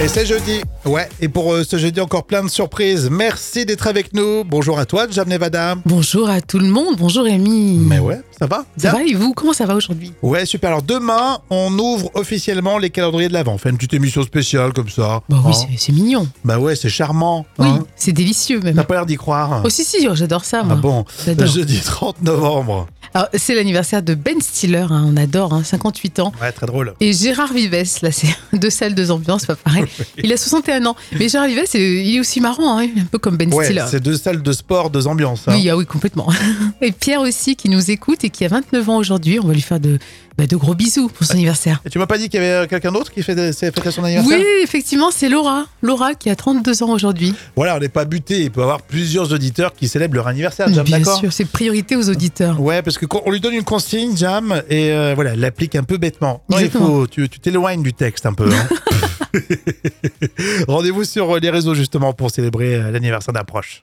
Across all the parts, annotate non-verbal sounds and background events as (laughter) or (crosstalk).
Et c'est jeudi. Ouais, et pour euh, ce jeudi, encore plein de surprises. Merci d'être avec nous. Bonjour à toi, Jam Nevada. Bonjour à tout le monde, bonjour Rémi. Mais ouais, ça va Ça Bien va et vous Comment ça va aujourd'hui Ouais, super. Alors demain, on ouvre officiellement les calendriers de l'Avent. On fait une petite émission spéciale comme ça. Bah Hein oui, c'est- c'est mignon. Bah ouais, c'est charmant. Oui, hein. c'est délicieux T'as même. pas l'air d'y croire. Oh si si, j'adore ça ah moi. bon J'adore. Jeudi 30 novembre. Alors, c'est l'anniversaire de Ben Stiller, hein, on adore, hein, 58 ans. Ouais, très drôle. Et Gérard Vives, là c'est deux salles, deux ambiances, (laughs) pas pareil. Il a 61 ans. Mais Gérard Vives, c'est- il est aussi marrant, hein, un peu comme Ben Ouais, Stiller. c'est deux salles de sport, deux ambiances. hein. Oui, ah oui, complètement. (laughs) Et Pierre aussi qui nous écoute et qui a 29 ans aujourd'hui. On va lui faire de, bah, de gros bisous pour son Ah, anniversaire. Et tu m'as pas dit qu'il y avait euh, quelqu'un d'autre qui fait ses fêtes à son anniversaire Oui, effectivement, c'est Laura. Laura qui a 32 ans aujourd'hui. Voilà, on n'est pas buté. Il peut y avoir plusieurs auditeurs qui célèbrent leur anniversaire, Jam, Bien Ah, d'accord sûr, c'est priorité aux auditeurs. Ouais, parce que quand on lui donne une consigne, Jam, et euh, voilà, elle l'applique un peu bêtement. Non, il Exactement. faut, tu tu t'éloignes du texte un peu. hein. Rendez-vous sur euh, les réseaux justement pour célébrer euh, l'anniversaire d'approche.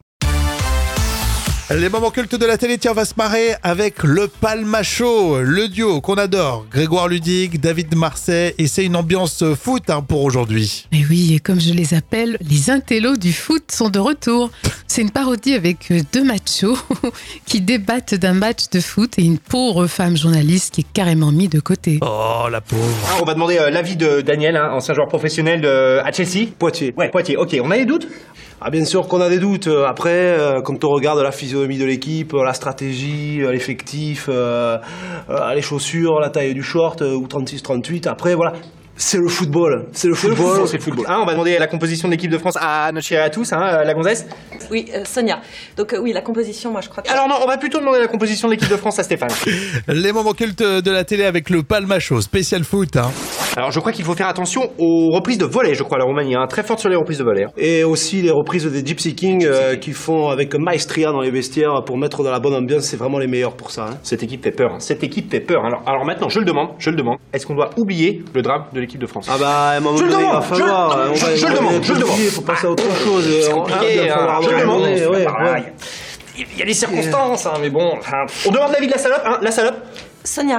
Les moments cultes de la télé, tiens, on va se marrer avec le Palma Show, le duo qu'on adore, Grégoire Ludig, David Marseille, et c'est une ambiance foot hein, pour aujourd'hui. Mais oui, et comme je les appelle, les intellos du foot sont de retour. C'est une parodie avec euh, deux machos (laughs) qui débattent d'un match de foot et une pauvre femme journaliste qui est carrément mise de côté. Oh, la pauvre. Ah, on va demander euh, l'avis de Daniel, hein, ancien joueur professionnel de, à Chelsea. Poitiers. Ouais, Poitiers. Ok, on a des doutes Ah, bien sûr qu'on a des doutes. Euh, Après, euh, quand on regarde la physionomie de l'équipe, euh, la stratégie, euh, l'effectif, euh, euh, les chaussures, la taille du short, euh, ou 36-38, après, voilà. C'est le football. C'est le football. Ah, on va demander la composition de l'équipe de France à notre chérie à tous, hein, à la gonzesse. Oui, euh, Sonia. Donc euh, oui, la composition, moi je crois que... Alors non, on va plutôt demander la composition de l'équipe de France à (laughs) Stéphane. Les moments cultes de la télé avec le Palma Show, spécial foot. Hein. Alors je crois qu'il faut faire attention aux reprises de volet, je crois, la Roumanie, hein, très forte sur les reprises de volet. hein. Et aussi les reprises des Gypsy King euh, qui font avec maestria dans les vestiaires pour mettre dans la bonne ambiance, c'est vraiment les meilleurs pour ça. hein. Cette équipe fait peur, hein, cette équipe fait peur. Alors, alors maintenant, je le demande, je le demande. Est-ce qu'on doit oublier le drame de l'équipe de France Ah bah, à un moment Je le donné, il va demande, je le- falloir. euh, on je- va- je on le va demande, être je le demande. obligé, faut passer à autre chose. euh, C'est on- compliqué, il va hein, falloir je le avoir un demande, moment donné, on se ouais, fait par là, ouais. il y a- Il y a des circonstances, hein, mais bon. enfin, on demande l'avis de la salope, hein, la salope. Sonia.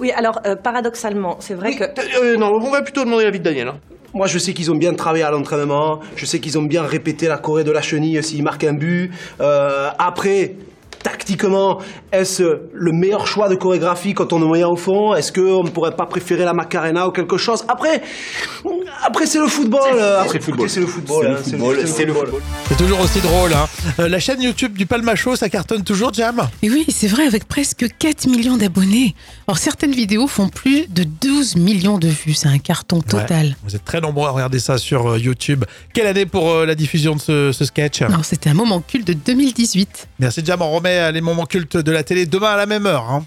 Oui, alors euh, paradoxalement, c'est vrai que... Euh, non, on va plutôt demander l'avis de Daniel. hein. Moi, je sais qu'ils ont bien travaillé à l'entraînement. Je sais qu'ils ont bien répété la Corée de la chenille euh, s'ils marquent un but. Euh, après, tactiquement, est-ce le meilleur choix de chorégraphie quand on est moyen au fond Est-ce qu'on ne pourrait pas préférer la Macarena ou quelque chose Après, après c'est le football. euh, c'est le football. après, C'est le football. hein, C'est le football. c'est le football. C'est toujours aussi drôle. Hein. Euh, la chaîne YouTube du Palma Show, ça cartonne toujours, Jam Et oui, c'est vrai, avec presque 4 millions d'abonnés. Alors certaines vidéos font plus de 12 millions de vues, c'est un carton total. Vous êtes très nombreux à regarder ça sur euh, YouTube. Quelle année pour euh, la diffusion de ce, ce sketch Alors c'était un moment culte de 2018. Merci Jam, on remet euh, les moments cultes de la télé demain à la même heure. hein.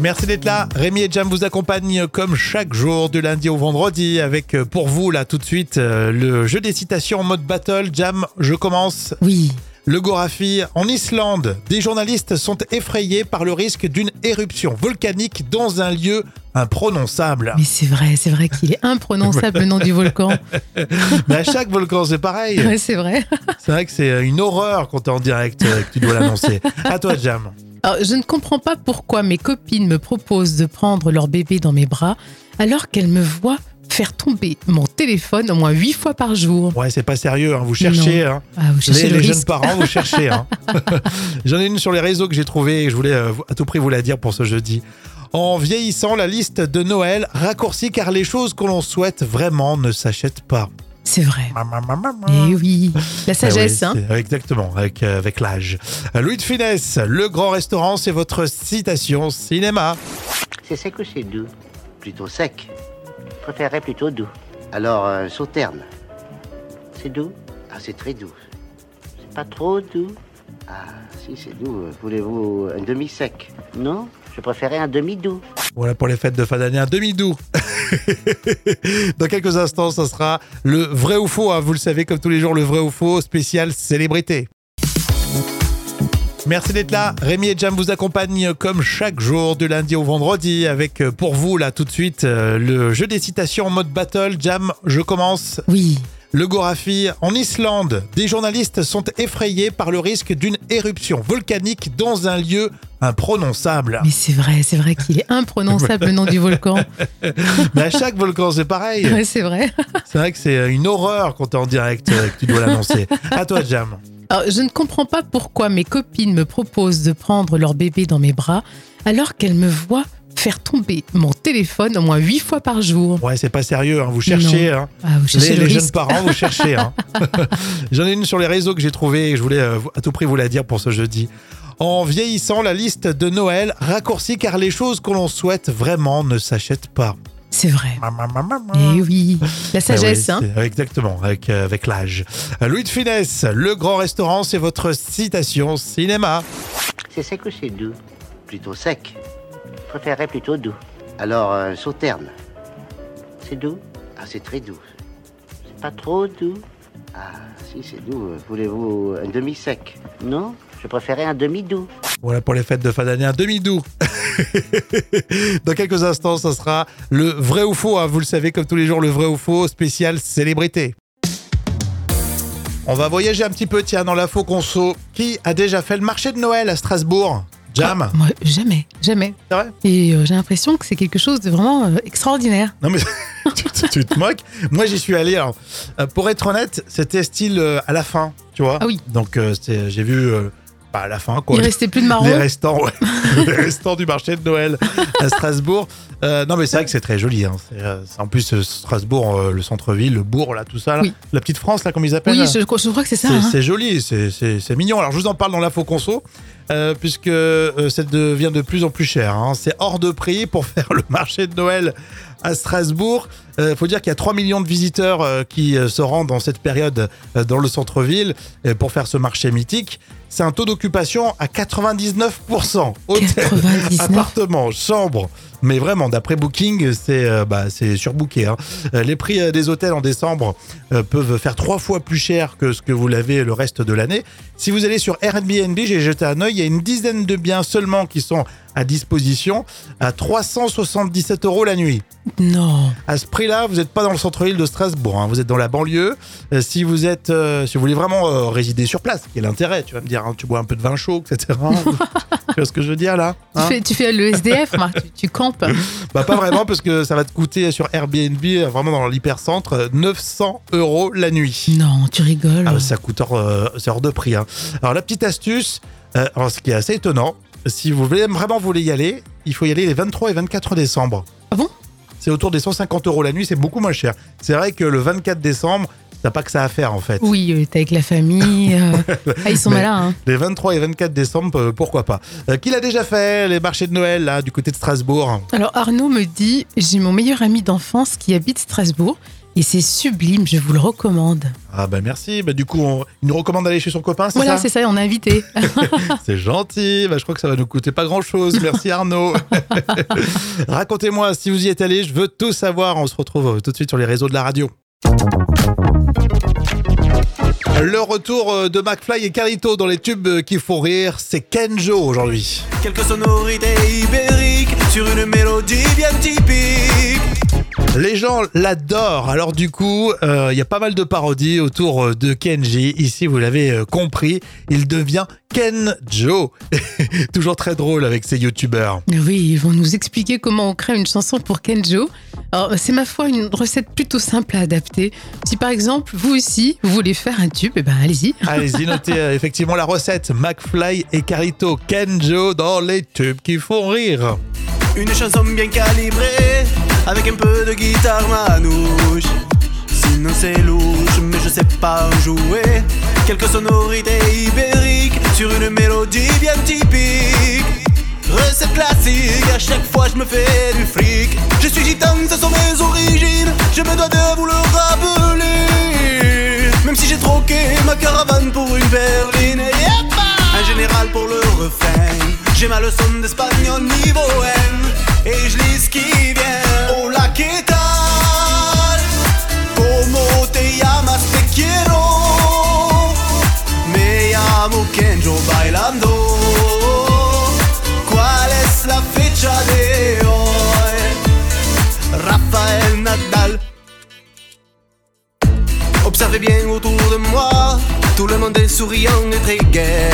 Merci d'être là. Rémi et Jam vous accompagnent euh, comme chaque jour du lundi au vendredi avec euh, pour vous là tout de suite euh, le jeu des citations en mode battle. Jam, je commence. Oui, Le Gorafi, en Islande, des journalistes sont effrayés par le risque d'une éruption volcanique dans un lieu imprononçable. mais c'est vrai, c'est vrai qu'il (laughs) est imprononçable le nom du volcan. Mais à chaque volcan, c'est pareil. Ouais, c'est vrai. C'est vrai que c'est euh, une horreur quand t'es en direct euh, que tu dois l'annoncer. À toi, Jam. Alors, je ne comprends pas pourquoi mes copines me proposent de prendre leur bébé dans mes bras alors qu'elles me voient faire tomber mon téléphone au moins huit fois par jour. Ouais, c'est pas sérieux, hein, vous cherchez. hein. Ah, vous Les, cherchez le les jeunes risque. parents, vous cherchez. (laughs) hein. J'en ai une sur les réseaux que j'ai trouvée et que je voulais euh, à tout prix vous la dire pour ce jeudi. En vieillissant, la liste de Noël raccourcie car les choses que l'on souhaite vraiment ne s'achètent pas. C'est vrai. Ma, ma, ma, ma, ma. Et oui, la Ah sagesse, oui, hein. c'est- Exactement, avec, euh, avec l'âge. Euh, Louis de Funès, le grand restaurant, c'est votre citation cinéma. C'est sec ou c'est doux Plutôt sec. Je préférerais plutôt doux. Alors, euh, sauterne. C'est doux Ah, c'est très doux. C'est pas trop doux Ah, si, c'est doux. Voulez-vous un demi-sec Non Je préférais un demi-doux. Voilà pour les fêtes de fin d'année, un demi-doux. (laughs) Dans quelques instants, ça sera le vrai ou faux. hein. Vous le savez, comme tous les jours, le vrai ou faux spécial célébrité. Merci d'être là. Rémi et Jam vous accompagnent euh, comme chaque jour, du lundi au vendredi, avec euh, pour vous, là, tout de suite, euh, le jeu des citations en mode battle. Jam, je commence. Oui, le Gorafi. En Islande, des journalistes sont effrayés par le risque d'une éruption volcanique dans un lieu imprononçable. Mais c'est vrai, c'est vrai qu'il est imprononçable le nom (laughs) du volcan. Mais à chaque volcan, c'est pareil. Ouais, c'est vrai. C'est vrai que c'est euh, une horreur quand t'es en direct euh, que tu dois l'annoncer. À toi, Jam. Alors, je ne comprends pas pourquoi mes copines me proposent de prendre leur bébé dans mes bras alors qu'elles me voient faire tomber mon téléphone au moins huit fois par jour. Ouais, c'est pas sérieux, hein, vous cherchez. hein. Ah, vous cherchez les, le les jeunes risque. parents, vous cherchez. (laughs) hein. J'en ai une sur les réseaux que j'ai trouvée et je voulais euh, à tout prix vous la dire pour ce jeudi. En vieillissant, la liste de Noël raccourcie car les choses que l'on souhaite vraiment ne s'achètent pas. C'est vrai. Ma, ma, ma, ma, ma. Et oui, la Ah oui, sagesse, hein. c'est- Exactement, avec, euh, avec l'âge. Euh, Louis de Funès, le grand restaurant, c'est votre citation cinéma. C'est sec ou c'est doux Plutôt sec. Je préférerais plutôt doux. Alors, euh, sauterne. C'est doux Ah, c'est très doux. C'est pas trop doux Ah, si, c'est doux. Voulez-vous un demi-sec Non, je préférais un demi-doux. Voilà pour les fêtes de fin d'année, un demi-doux. (laughs) Dans quelques instants, ça sera le vrai ou faux. hein. Vous le savez, comme tous les jours, le vrai ou faux spécial célébrité. On va voyager un petit peu, tiens, dans la faux conso. Qui a déjà fait le marché de Noël à Strasbourg Jam Ah, moi, jamais, jamais. C'est vrai Et euh, j'ai l'impression que c'est quelque chose de vraiment euh, extraordinaire. Non mais (laughs) tu, tu- tu te moques. Moi j'y suis allé. Alors, euh, pour être honnête, c'était style euh, à la fin, tu vois. Ah oui. Donc euh, c'est- j'ai vu euh, bah, à la fin quoi. Il restait plus de les marron. restants, ouais. (laughs) les restants du marché de Noël à Strasbourg. Euh, non mais c'est vrai que c'est très joli. hein. C'est, euh, c'est- en plus euh, Strasbourg, euh, le centre-ville, le bourg là, tout ça. là. Oui. La petite France là, comme ils appellent. Oui, là. je, je crois que c'est ça. C'est, hein. c'est joli, c'est, c'est- c'est mignon. Alors, je vous en parle dans l'info conso, euh, puisque euh, ça devient de plus en plus cher. hein. C'est hors de prix pour (laughs) faire le marché de Noël à Strasbourg. Il faut dire qu'il y a 3 millions de visiteurs euh, qui euh, se rendent en cette période euh, dans le centre-ville euh, pour faire ce marché mythique. C'est un taux d'occupation à 99%. Hôtel, 99. appartement, chambre. Mais vraiment, d'après Booking, c'est euh, bah, c'est surbooké. hein. Euh, Les prix euh, des hôtels en décembre euh, peuvent faire trois fois plus cher que ce que vous l'avez le reste de l'année. Si vous allez sur Airbnb, j'ai jeté un œil, il y a une dizaine de biens seulement qui sont à disposition à 377 euros la nuit. Non. À ce prix-là, vous n'êtes pas dans le centre-ville de Strasbourg, hein, vous êtes dans la banlieue. Euh, si vous êtes, euh, si vous voulez vraiment euh, résider sur place, quel intérêt Tu vas me dire, hein, tu bois un peu de vin chaud, etc. (laughs) tu vois ce que je veux dire là Tu, hein fais, tu fais le SDF, Marc, tu, tu campes. bah pas vraiment parce que ça va te coûter sur Airbnb, euh, vraiment dans l'hypercentre, euh, 900 euros la nuit. Non, tu rigoles. Ah, ça coûte hors, euh, c'est hors de prix. hein. Alors la petite astuce, euh, alors, ce qui est assez étonnant, si vous voulez vraiment voulez y aller, il faut y aller les 23 et 24 décembre. Ah bon C'est autour des 150 euros la nuit, c'est beaucoup moins cher. C'est vrai que le 24 décembre, t'as pas que ça à faire en fait. Oui, euh, t'es avec la famille. (laughs) euh, ah, ils sont Mais- malins. hein. Les 23 et 24 décembre, euh, pourquoi pas. Euh, qui l'a déjà fait, les marchés de Noël, là, du côté de Strasbourg Alors Arnaud me dit, j'ai mon meilleur ami d'enfance qui habite Strasbourg et c'est sublime, je vous le recommande. Ah bah merci, bah du coup, on, il nous recommande d'aller chez son copain, c'est Voilà, ça c'est ça, on a invité. C'est gentil, Bah, je crois que ça va nous coûter pas grand chose. Merci Arnaud. (laughs) Racontez-moi si vous y êtes allé, je veux tout savoir. On se retrouve euh, tout de suite sur les réseaux de la radio. Le retour euh, de McFly et Carlito dans les tubes euh, qui font rire, c'est Kenjo aujourd'hui. Quelques sonorités ibériques sur une mélodie bien typique. Les gens l'adorent, alors du coup, euh, il y a pas mal de parodies autour euh, de Kenji. Ici, vous l'avez euh, compris, il devient Kenjo. (laughs) Toujours très drôle avec ces youtubeurs. Mais Oui, ils vont nous expliquer comment on crée une chanson pour Kenjo. Alors, c'est ma foi une recette plutôt simple à adapter. Si par exemple, vous aussi, vous voulez faire un tube, eh ben allez-y. Allez-y, notez euh, effectivement la recette. McFly et Carito Kenjo dans les tubes qui font rire. Une chanson bien calibrée avec un peu de guitare manouche. Sinon c'est louche, mais je sais pas jouer. Quelques sonorités ibériques sur une mélodie bien typique. Recette classique, à chaque fois je me fais du fric. Je suis gitan, ce sont mes origines, je me dois de vous le rappeler. Même si j'ai troqué ma caravane pour une berline. Yepa Un général pour le refrain. J'ai ma leçon d'espagnol niveau N. Et je lis ce qui vient. Oh, Hola, que tal? Como Oh, te llamas? Te quiero. Me llamo Kenjo bailando. ¿Cuál es la fecha de hoy? Rafael Nadal. Observe est bien autour de moi. Tout le monde est souriant et très gai.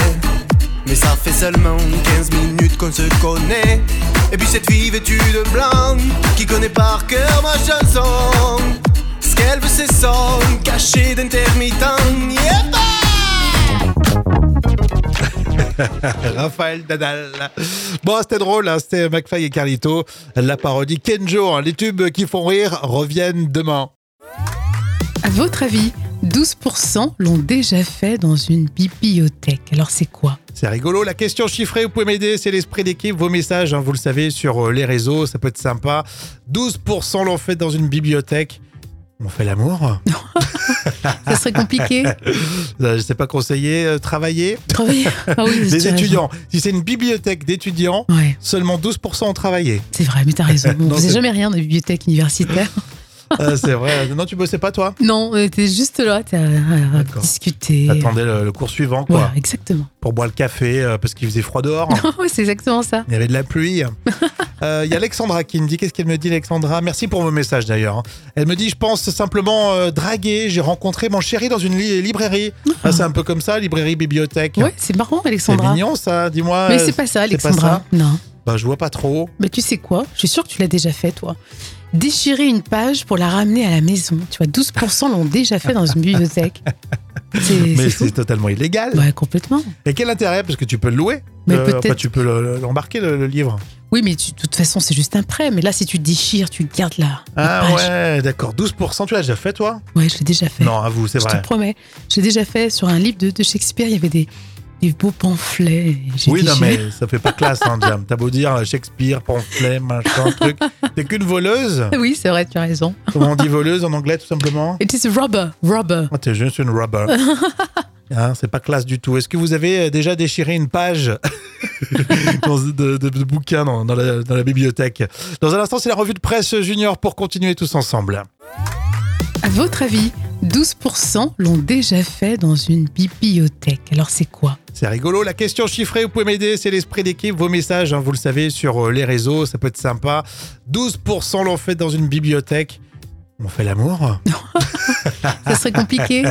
Mais ça fait seulement 15 minutes qu'on se connaît. Et puis cette fille vêtue de blanc qui connaît par cœur ma chanson. Ce qu'elle veut, c'est son cachet d'intermittent. Yeah, bah Raphaël Dadal. Bon, c'était drôle, hein, c'était McFly et Carlito. La parodie Kenjo, hein. les tubes qui font rire reviennent demain. À votre avis, 12% l'ont déjà fait dans une bibliothèque. Alors c'est quoi C'est rigolo. La question chiffrée, vous pouvez m'aider, c'est l'esprit d'équipe. Vos messages, hein, vous le savez, sur euh, les réseaux, ça peut être sympa. 12% l'ont fait dans une bibliothèque. On fait l'amour (laughs) Ça serait compliqué Euh, Je sais pas conseiller, euh, travailler. Travailler Ah oui, Les tu as raison. étudiants. Si c'est une bibliothèque d'étudiants, Ouais, seulement 12% ont (laughs) travaillé. c'est vrai, mais t'as raison. (laughs) On Non, faisait c'est- jamais rien dans les bibliothèques (laughs) universitaires. Euh, c'est vrai. Non, tu bossais pas, toi Non, on était juste là, t'as à D'accord. discuter. Attendez le, le cours suivant, quoi. Voilà, exactement. (laughs) Pour boire le café, euh, parce qu'il faisait froid dehors. Ouais, c'est exactement ça. Il y avait de la pluie. (laughs) Euh, Il y a Alexandra qui me dit, qu'est-ce qu'elle me dit Alexandra Merci pour vos messages d'ailleurs. hein. Elle me dit, je pense simplement euh, draguer, j'ai rencontré mon chéri dans une li- librairie. Ah, c'est un peu comme ça, librairie, bibliothèque. Ouais, c'est marrant, c'est Alexandra. mignon ça, dis-moi. Mais c'est pas ça, c'est pas Alexandra. Non. Bah, je vois pas trop. Mais tu sais quoi Je suis sûre que tu l'as déjà fait, toi. Déchirer une page pour la ramener à la maison. Tu vois, 12% l'ont déjà fait dans (laughs) une bibliothèque. C'est Mais c'est fou. c'est totalement illégal. Ouais, complètement. Et quel intérêt Parce que tu peux le louer. Mais Euh, peut-être- enfin, tu peux le- le- l'embarquer, le, le livre. Oui, mais tu- de toute façon, c'est juste un prêt. Mais là, si tu déchires, tu gardes la, Ah la page. ouais, d'accord. 12%, tu l'as déjà fait toi Ouais, je l'ai déjà fait. Non, à vous, c'est je vrai. te promets. J'ai déjà fait sur un livre de, de Shakespeare, il y avait des, des beaux pamphlets. et j'ai Oui, non, déchiré. mais ça fait pas classe, hein, Jam. T'as beau dire euh, Shakespeare, pamphlet, (laughs) machin, truc. T'es qu'une voleuse. Oui, c'est vrai, tu as raison. Comment on dit voleuse en anglais, tout simplement It is rubber, rubber. Oh, T'es juste une (laughs) rubber. Hein, c'est pas classe du tout. Est-ce que vous avez euh, déjà déchiré une page (laughs) dans- de, de- de bouquin dans, dans la, dans la bibliothèque Dans un instant, c'est la revue de presse junior pour continuer tous ensemble. À votre avis, 12% l'ont déjà fait dans une bibliothèque. Alors, c'est quoi C'est rigolo. La question chiffrée, vous pouvez m'aider, c'est l'esprit d'équipe. Vos messages, hein, vous le savez, sur euh, les réseaux, ça peut être sympa. 12% l'ont fait dans une bibliothèque. On fait l'amour Ça (laughs) serait compliqué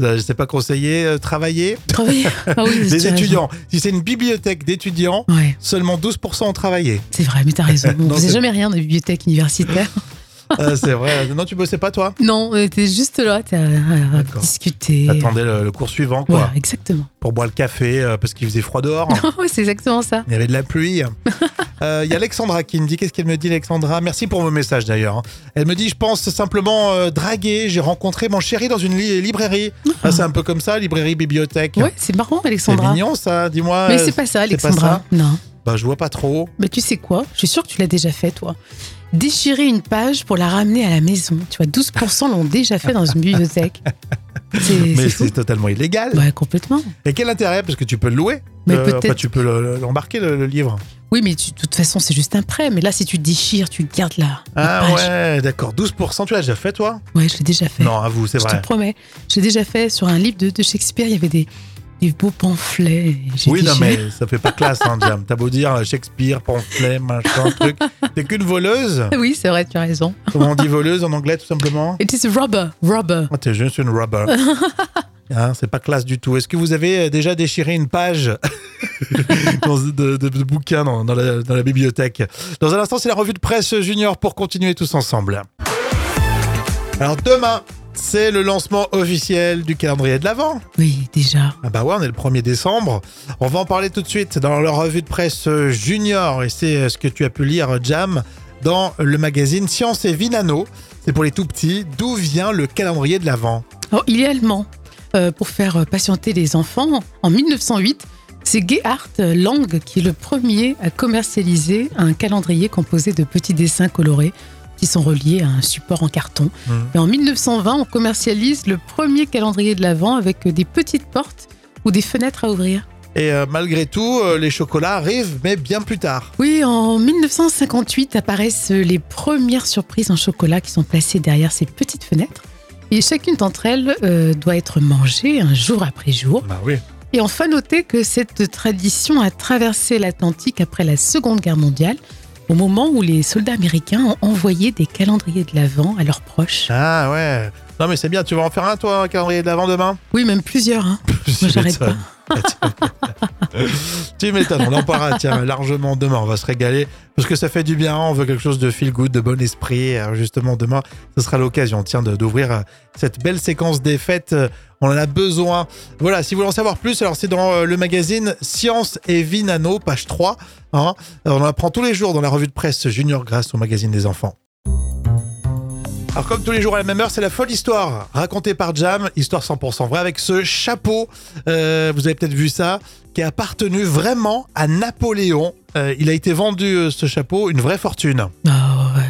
Euh, Je sais pas conseiller, euh, travailler. Travailler. Ah oui, tu Les as raison. étudiants. Si c'est une bibliothèque d'étudiants, Ouais, seulement 12% ont travaillé. c'est vrai, mais t'as raison. (laughs) On Non, faisait c'est- jamais rien dans les bibliothèques (laughs) universitaires. Euh, c'est vrai. Non, tu bossais pas, toi Non, on était juste là, t'as à D'accord. discuter. Attendez le, le cours suivant, quoi. Voilà, exactement. (laughs) Pour boire le café, euh, parce qu'il faisait froid dehors. Ouais, c'est exactement ça. Il y avait de la (laughs) pluie. Euh, Il y a Alexandra qui me dit qu'est-ce qu'elle me dit, Alexandra Merci pour vos messages d'ailleurs. hein. Elle me dit je pense simplement euh, draguer. J'ai rencontré mon chéri dans une li- librairie. Ah, c'est un peu comme ça, librairie, bibliothèque. Ouais, c'est marrant, c'est Alexandra. mignon ça. Dis-moi. Mais euh, c'est pas ça, c'est pas Alexandra. Non. Bah je vois pas trop. Mais tu sais quoi Je suis sûre que tu l'as déjà fait, toi. Déchirer une page pour la ramener à la maison. Tu vois, 12% l'ont déjà fait dans (laughs) une bibliothèque. C'est Mais c'est fou. c'est totalement illégal. Ouais, complètement. Et quel intérêt Parce que tu peux le louer. Mais Euh, peut-être- enfin, tu peux le- l'embarquer le, le livre. Oui, mais tu- de toute façon, c'est juste un prêt. Mais là, si tu déchires, tu gardes la, la Ah page. ouais, d'accord. 12%, tu l'as déjà fait toi Ouais, je l'ai déjà fait. Non, à vous, c'est je vrai. te promets. J'ai déjà fait sur un livre de, de Shakespeare, il y avait des, des beaux pamphlets. et j'ai Oui, non, déchiré. mais ça fait pas classe, hein, Jam. T'as beau dire euh, Shakespeare, pamphlet, (laughs) machin, truc. T'es qu'une voleuse. Oui, c'est vrai, tu as raison. Comment on dit voleuse en anglais, tout (laughs) simplement It is rubber, rubber. Oh, T'es juste une rubber. Hein, c'est pas classe du tout. Est-ce que vous avez euh, déjà déchiré une page (laughs) dans- de, de- de bouquin dans, dans la, dans la bibliothèque Dans un instant, c'est la revue de presse junior pour continuer tous ensemble. Alors demain, c'est le lancement officiel du calendrier de l'Avent. Oui, déjà. Ah bah ouais, on est le 1er décembre. On va en parler tout de suite dans la revue de presse euh, junior. Et c'est euh, ce que tu as pu lire, Jam, dans le magazine Science et Vie Nano. C'est pour les tout petits. D'où vient le calendrier de l'Avent Alors, il est allemand. Euh, pour faire patienter les enfants, en 1908, c'est Gerhard Lang qui est le premier à commercialiser un calendrier composé de petits dessins colorés qui sont reliés à un support en carton. Mhm. Et en 1920, on commercialise le premier calendrier de l'Avent avec euh, des petites portes ou des fenêtres à ouvrir. Et euh, malgré tout, euh, les chocolats arrivent, mais bien plus tard. Oui, en 1958 apparaissent euh, les premières surprises en chocolat qui sont placées derrière ces petites fenêtres. Et chacune d'entre elles euh, doit être mangée un jour après jour. Bah oui. Et enfin, notez que cette tradition a traversé l'Atlantique après la Seconde Guerre mondiale au moment où les soldats américains ont envoyé des calendriers de l'Avent à leurs proches. Ah ouais. Non mais c'est bien, tu vas en faire un toi, un calendrier de l'avant demain Oui, même plusieurs. hein. Tu j'arrête m'étonnes. (laughs) tu m'étonnes, on en parlera tiens, largement demain, on va se régaler parce que ça fait du bien, on veut quelque chose de feel good, de bon esprit. Alors, justement, demain, ce sera l'occasion tiens, de- d'ouvrir euh, cette belle séquence des fêtes, euh, on en a besoin. Voilà, si vous voulez en savoir plus, alors c'est dans euh, le magazine Science et Vie Nano, page 3. hein. Alors, on en apprend tous les jours dans la revue de presse Junior grâce au magazine des enfants. Alors comme tous les jours à la même heure, c'est la folle histoire racontée par Jam, histoire 100% vraie avec ce chapeau, euh, vous avez peut-être vu ça, qui a appartenu vraiment à Napoléon. Euh, il a été vendu euh, ce chapeau, une vraie fortune. Oh,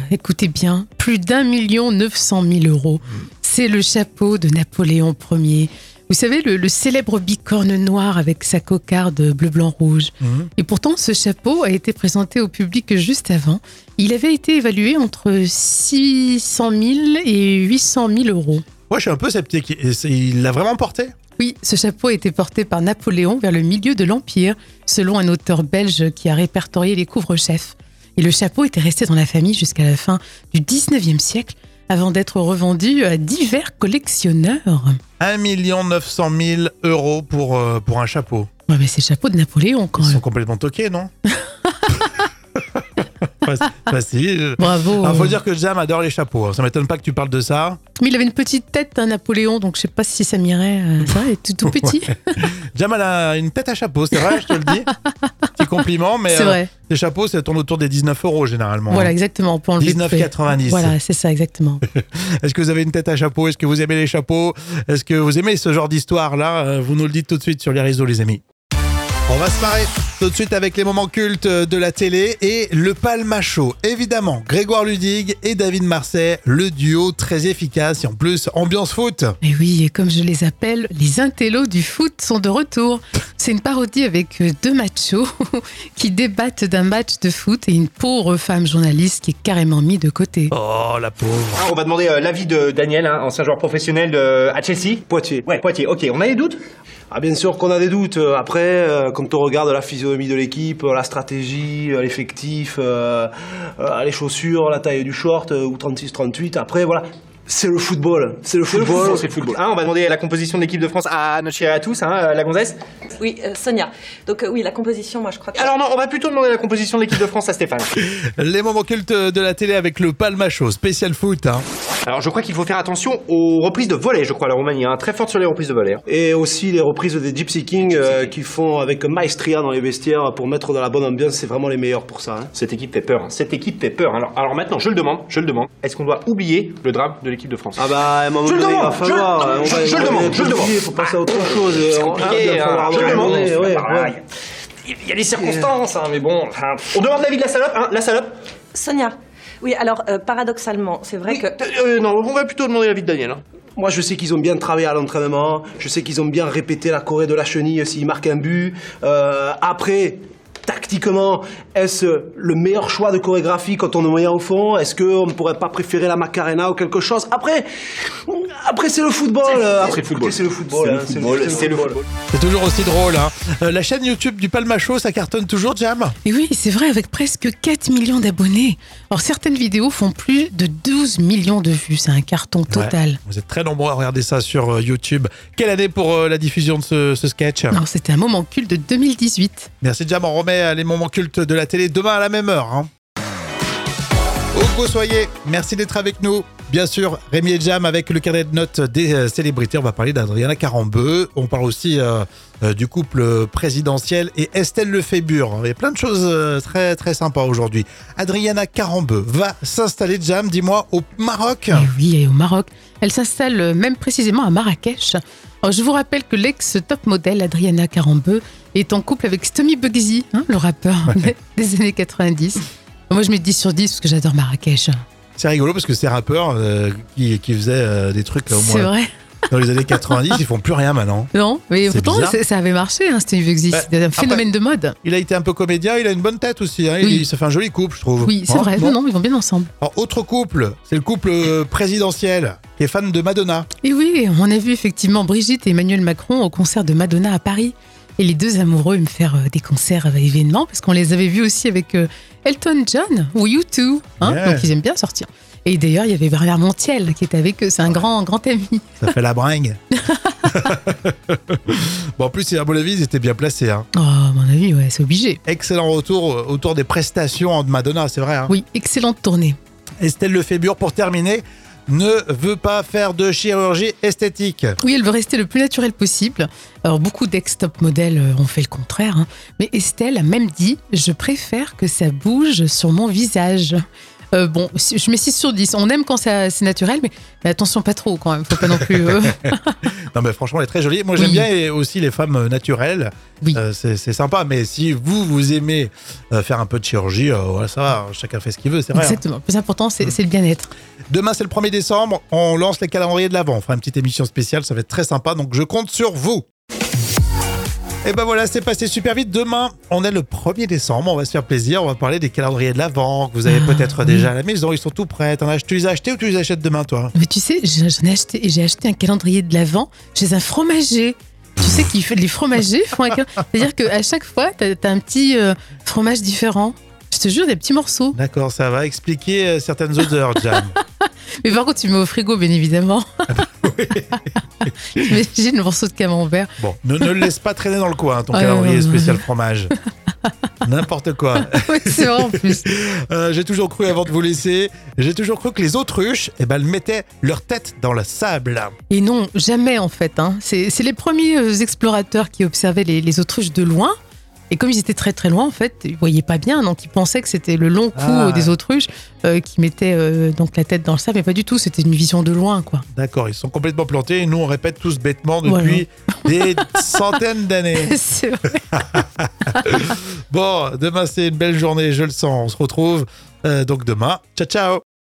écoutez bien, plus d'un million neuf cent mille euros. C'est le chapeau de Napoléon Ier. Vous savez, le, le célèbre bicorne noir avec sa cocarde bleu-blanc-rouge. Et pourtant, ce chapeau a été présenté au public juste avant. Il avait été évalué entre 600 000 et 800 000 euros. Moi je suis un peu sceptique, Et c'est- il l'a vraiment porté Oui, ce chapeau a été porté par Napoléon vers le milieu de l'Empire, selon un auteur belge qui a répertorié les couvre-chefs. Et le chapeau était resté dans la famille jusqu'à la fin du 19e siècle, avant d'être revendu à divers collectionneurs. 1 900 000 euros pour, euh, pour un chapeau. Ouais, mais c'est le chapeau de Napoléon quand Ils sont même. complètement toqués, (laughs) non Fac- Facile. Bravo. Il euh. Ah, faut dire que Jam adore les chapeaux, hein. ça m'étonne pas que tu parles de ça. Mais il avait une petite tête, hein, Napoléon, donc je sais pas si ça m'irait. euh, ça, il est tout, tout petit. Jam elle a une tête à chapeau, c'est vrai, je te le (laughs) dis. Petit compliment, mais c'est euh, vrai. les chapeaux, ça tourne autour des 19 euros généralement. Voilà, exactement. On peut enlever le prix. 19,90. Voilà, c'est ça, exactement. Est-ce que vous avez une tête à chapeau Est-ce que vous aimez les chapeaux Est-ce que vous aimez ce genre d'histoire-là Euh, Vous nous le dites tout de suite sur les réseaux, les amis. On va se marrer tout de suite avec les moments cultes euh, de la télé et le palmacho. Évidemment, Grégoire Ludig et David Marseille, le duo très efficace et en plus ambiance foot. Et oui, et comme je les appelle, les intellos du foot sont de retour. C'est une parodie avec euh, deux machos (laughs) qui débattent d'un match de foot et une pauvre femme journaliste qui est carrément mise de côté. Oh la pauvre. Ah, on va demander euh, l'avis de Daniel, hein, ancien joueur professionnel de- à Chelsea. Poitiers. Ouais, Poitiers, ok. On a des doutes Ah, bien sûr qu'on a des doutes. Euh, Après, euh, quand on regarde la physionomie de l'équipe, euh, la stratégie, euh, l'effectif, euh, euh, les chaussures, la taille du short, euh, ou 36-38, après, voilà. C'est le football. C'est le football. c'est le football. Hein, on va demander la composition de l'équipe de France à notre chérie à tous, hein, à la gonzesse. Oui, euh, Sonia. Donc euh, oui, la composition, moi je crois que... Alors non, on va plutôt demander la composition de l'équipe de France à Stéphane. Les moments cultes euh, de la télé avec le palmacho, spécial foot. hein. Alors je crois qu'il faut faire attention aux reprises de volet, je crois, la Roumanie, hein, très forte sur les reprises de volet. hein. Et aussi les reprises des Gypsy King euh, qui font avec maestria dans les vestiaires pour mettre dans la bonne ambiance, c'est vraiment les meilleurs pour ça. hein. Cette équipe fait peur, hein, cette équipe fait peur. Alors, alors maintenant, je le demande, je le demande, est-ce qu'on doit oublier le drame de l'équipe de France Ah bah, à un moment Je le donné, il va demande, je- falloir. euh, on je- va- je on le va demande, être je le obligé, demande. faut passer à autre chose. euh, C'est on- compliqué, il va hein, falloir je le demande, abandonner, c'est ouais, pas pareil. ouais. Il y a des circonstances, hein, mais bon. hein. On demande l'avis de la salope, hein, la salope Sonia. Oui, alors euh, paradoxalement, c'est vrai que... Euh, Non, on va plutôt demander l'avis de Daniel. hein. Moi, je sais qu'ils ont bien travaillé à l'entraînement. Je sais qu'ils ont bien répété la Corée de la chenille s'ils marquent un but. Euh, après, tactiquement, est-ce le meilleur choix de chorégraphie quand on est moyen au fond Est-ce qu'on ne pourrait pas préférer la Macarena ou quelque chose Après, après c'est le football. euh, après, écoutez, C'est le football. hein, C'est le football. c'est le football. C'est toujours aussi drôle. hein. Euh, la chaîne YouTube du palmacho, ça cartonne toujours, Jam Et oui, c'est vrai, avec presque 4 millions d'abonnés. Or, certaines vidéos font plus de 12 millions de vues. C'est un carton total. Vous êtes très nombreux à regarder ça sur euh, YouTube. Quelle année pour euh, la diffusion de ce, ce sketch Alors, c'était un moment culte de 2018. Merci Jam, on remet euh, les moments cultes de la télé demain à la même heure. hein. Où que vous soyez, merci d'être avec nous. Bien sûr, Rémi et Jam avec le carnet de notes des euh, célébrités. On va parler d'Adriana Carambeu. On parle aussi euh, euh, du couple présidentiel et Estelle Lefébure. Il y a plein de choses euh, très très sympas aujourd'hui. Adriana Carambeu va s'installer, Jam, dis-moi, au Maroc. Et Eh oui, et au Maroc. Elle s'installe euh, même précisément à Marrakech. Alors, je vous rappelle que l'ex-top modèle Adriana Carambeu est en couple avec Stomy Bugsy, hein, le rappeur (laughs) des années 90. Moi, je mets 10 sur 10 parce que j'adore Marrakech. C'est rigolo parce que ces rappeurs euh, qui, qui faisaient euh, des trucs là, au C'est moins vrai, dans les années 90, ils font plus rien maintenant. non Mais C'est pourtant, bizarre. c'est- ça avait marché, hein, Stomy Bugsy. Bah, C'était un phénomène de mode. Il a été un peu comédien, il a une bonne tête aussi. hein. Il, Oui. il se fait un joli couple, je trouve. Oui, c'est Hein, vrai. bon. Non, non, ils vont bien ensemble. Alors, autre couple, c'est le couple euh, présidentiel qui est fan de Madonna. Et oui, on a vu effectivement Brigitte et Emmanuel Macron au concert de Madonna à Paris. et les deux amoureux me faire euh, des concerts euh, événements parce qu'on les avait vus aussi avec euh, Elton John ou U2. hein. Yeah. Donc ils aiment bien sortir. Et d'ailleurs, il y avait Bernard Montiel qui était avec eux. C'est un grand, grand ami. Ça fait la (laughs) bringue. bon, en plus, à mon avis, ils étaient bien placés. hein. Oh, à mon avis, ouais, c'est obligé. Excellent retour euh, autour des prestations de Madonna, c'est vrai. hein. Oui, excellente tournée. Estelle Lefébure, pour terminer, ne veut pas faire de chirurgie esthétique. Oui, elle veut rester le plus naturel possible. Alors, beaucoup d'ex-top modèles euh, ont fait le contraire. hein. Mais Estelle a même dit Je préfère que ça bouge sur mon visage. Euh, bon, si- je mets 6 sur 10. On aime quand ça- c'est naturel, mais, mais attention, pas trop quand même. Faut pas non plus. euh, Non, mais franchement, elle est très jolie. Moi, j'aime Oui. bien et aussi les femmes euh, naturelles. Oui. Euh, c'est c'est sympa, mais si vous, vous aimez euh, faire un peu de chirurgie, euh, voilà, ça va, chacun fait ce qu'il veut, c'est vrai. hein. Exactement. Le plus important, c'est c'est le bien-être. Demain, c'est le 1er décembre, on lance les calendriers de l'Avent. On fera une petite émission spéciale, ça va être très sympa, donc je compte sur vous. Et ben voilà, c'est passé super vite. Demain, on est le 1er décembre, on va se faire plaisir, on va parler des calendriers de l'Avent que vous avez Ah, peut-être déjà à la maison, ils sont tout prêts. T'en as- tu les as achetés ou tu les achètes demain, toi Mais tu sais, j'en j'en ai acheté, j'ai acheté un calendrier de l'Avent chez un fromager. Tu sais qu'il fait les fromagers font un cal- C'est-à-dire qu'à chaque fois, t'as as un petit euh, fromage différent. Je te jure, des petits morceaux. D'accord, ça va expliquer euh, certaines odeurs, Jam. Mais par contre, tu mets au frigo, bien évidemment. (laughs) J'imagine le morceau de camembert. Bon, ne, ne le laisse pas traîner dans le coin, hein, ton Ouais, calendrier ouais, spécial (laughs) fromage. N'importe quoi. Oui, c'est vrai en plus. Euh, j'ai toujours cru, avant de vous laisser, j'ai toujours cru que les autruches, eh ben, elles mettaient leur tête dans le sable. Et non, jamais en fait. hein. C'est c'est les premiers euh, explorateurs qui observaient les, les autruches de loin. Et comme ils étaient très très loin, en fait, ils voyaient pas bien. Donc ils pensaient que c'était le long cou Ah. euh, des autruches euh, qui mettait euh, donc la tête dans le sable. Mais pas du tout, c'était une vision de loin, quoi. (laughs) D'accord, ils sont complètement plantés et nous on répète tous bêtement depuis hein. (laughs) des centaines d'années. C'est vrai. Bon, demain c'est une belle journée, je le sens. On se retrouve euh, donc demain. Ciao ciao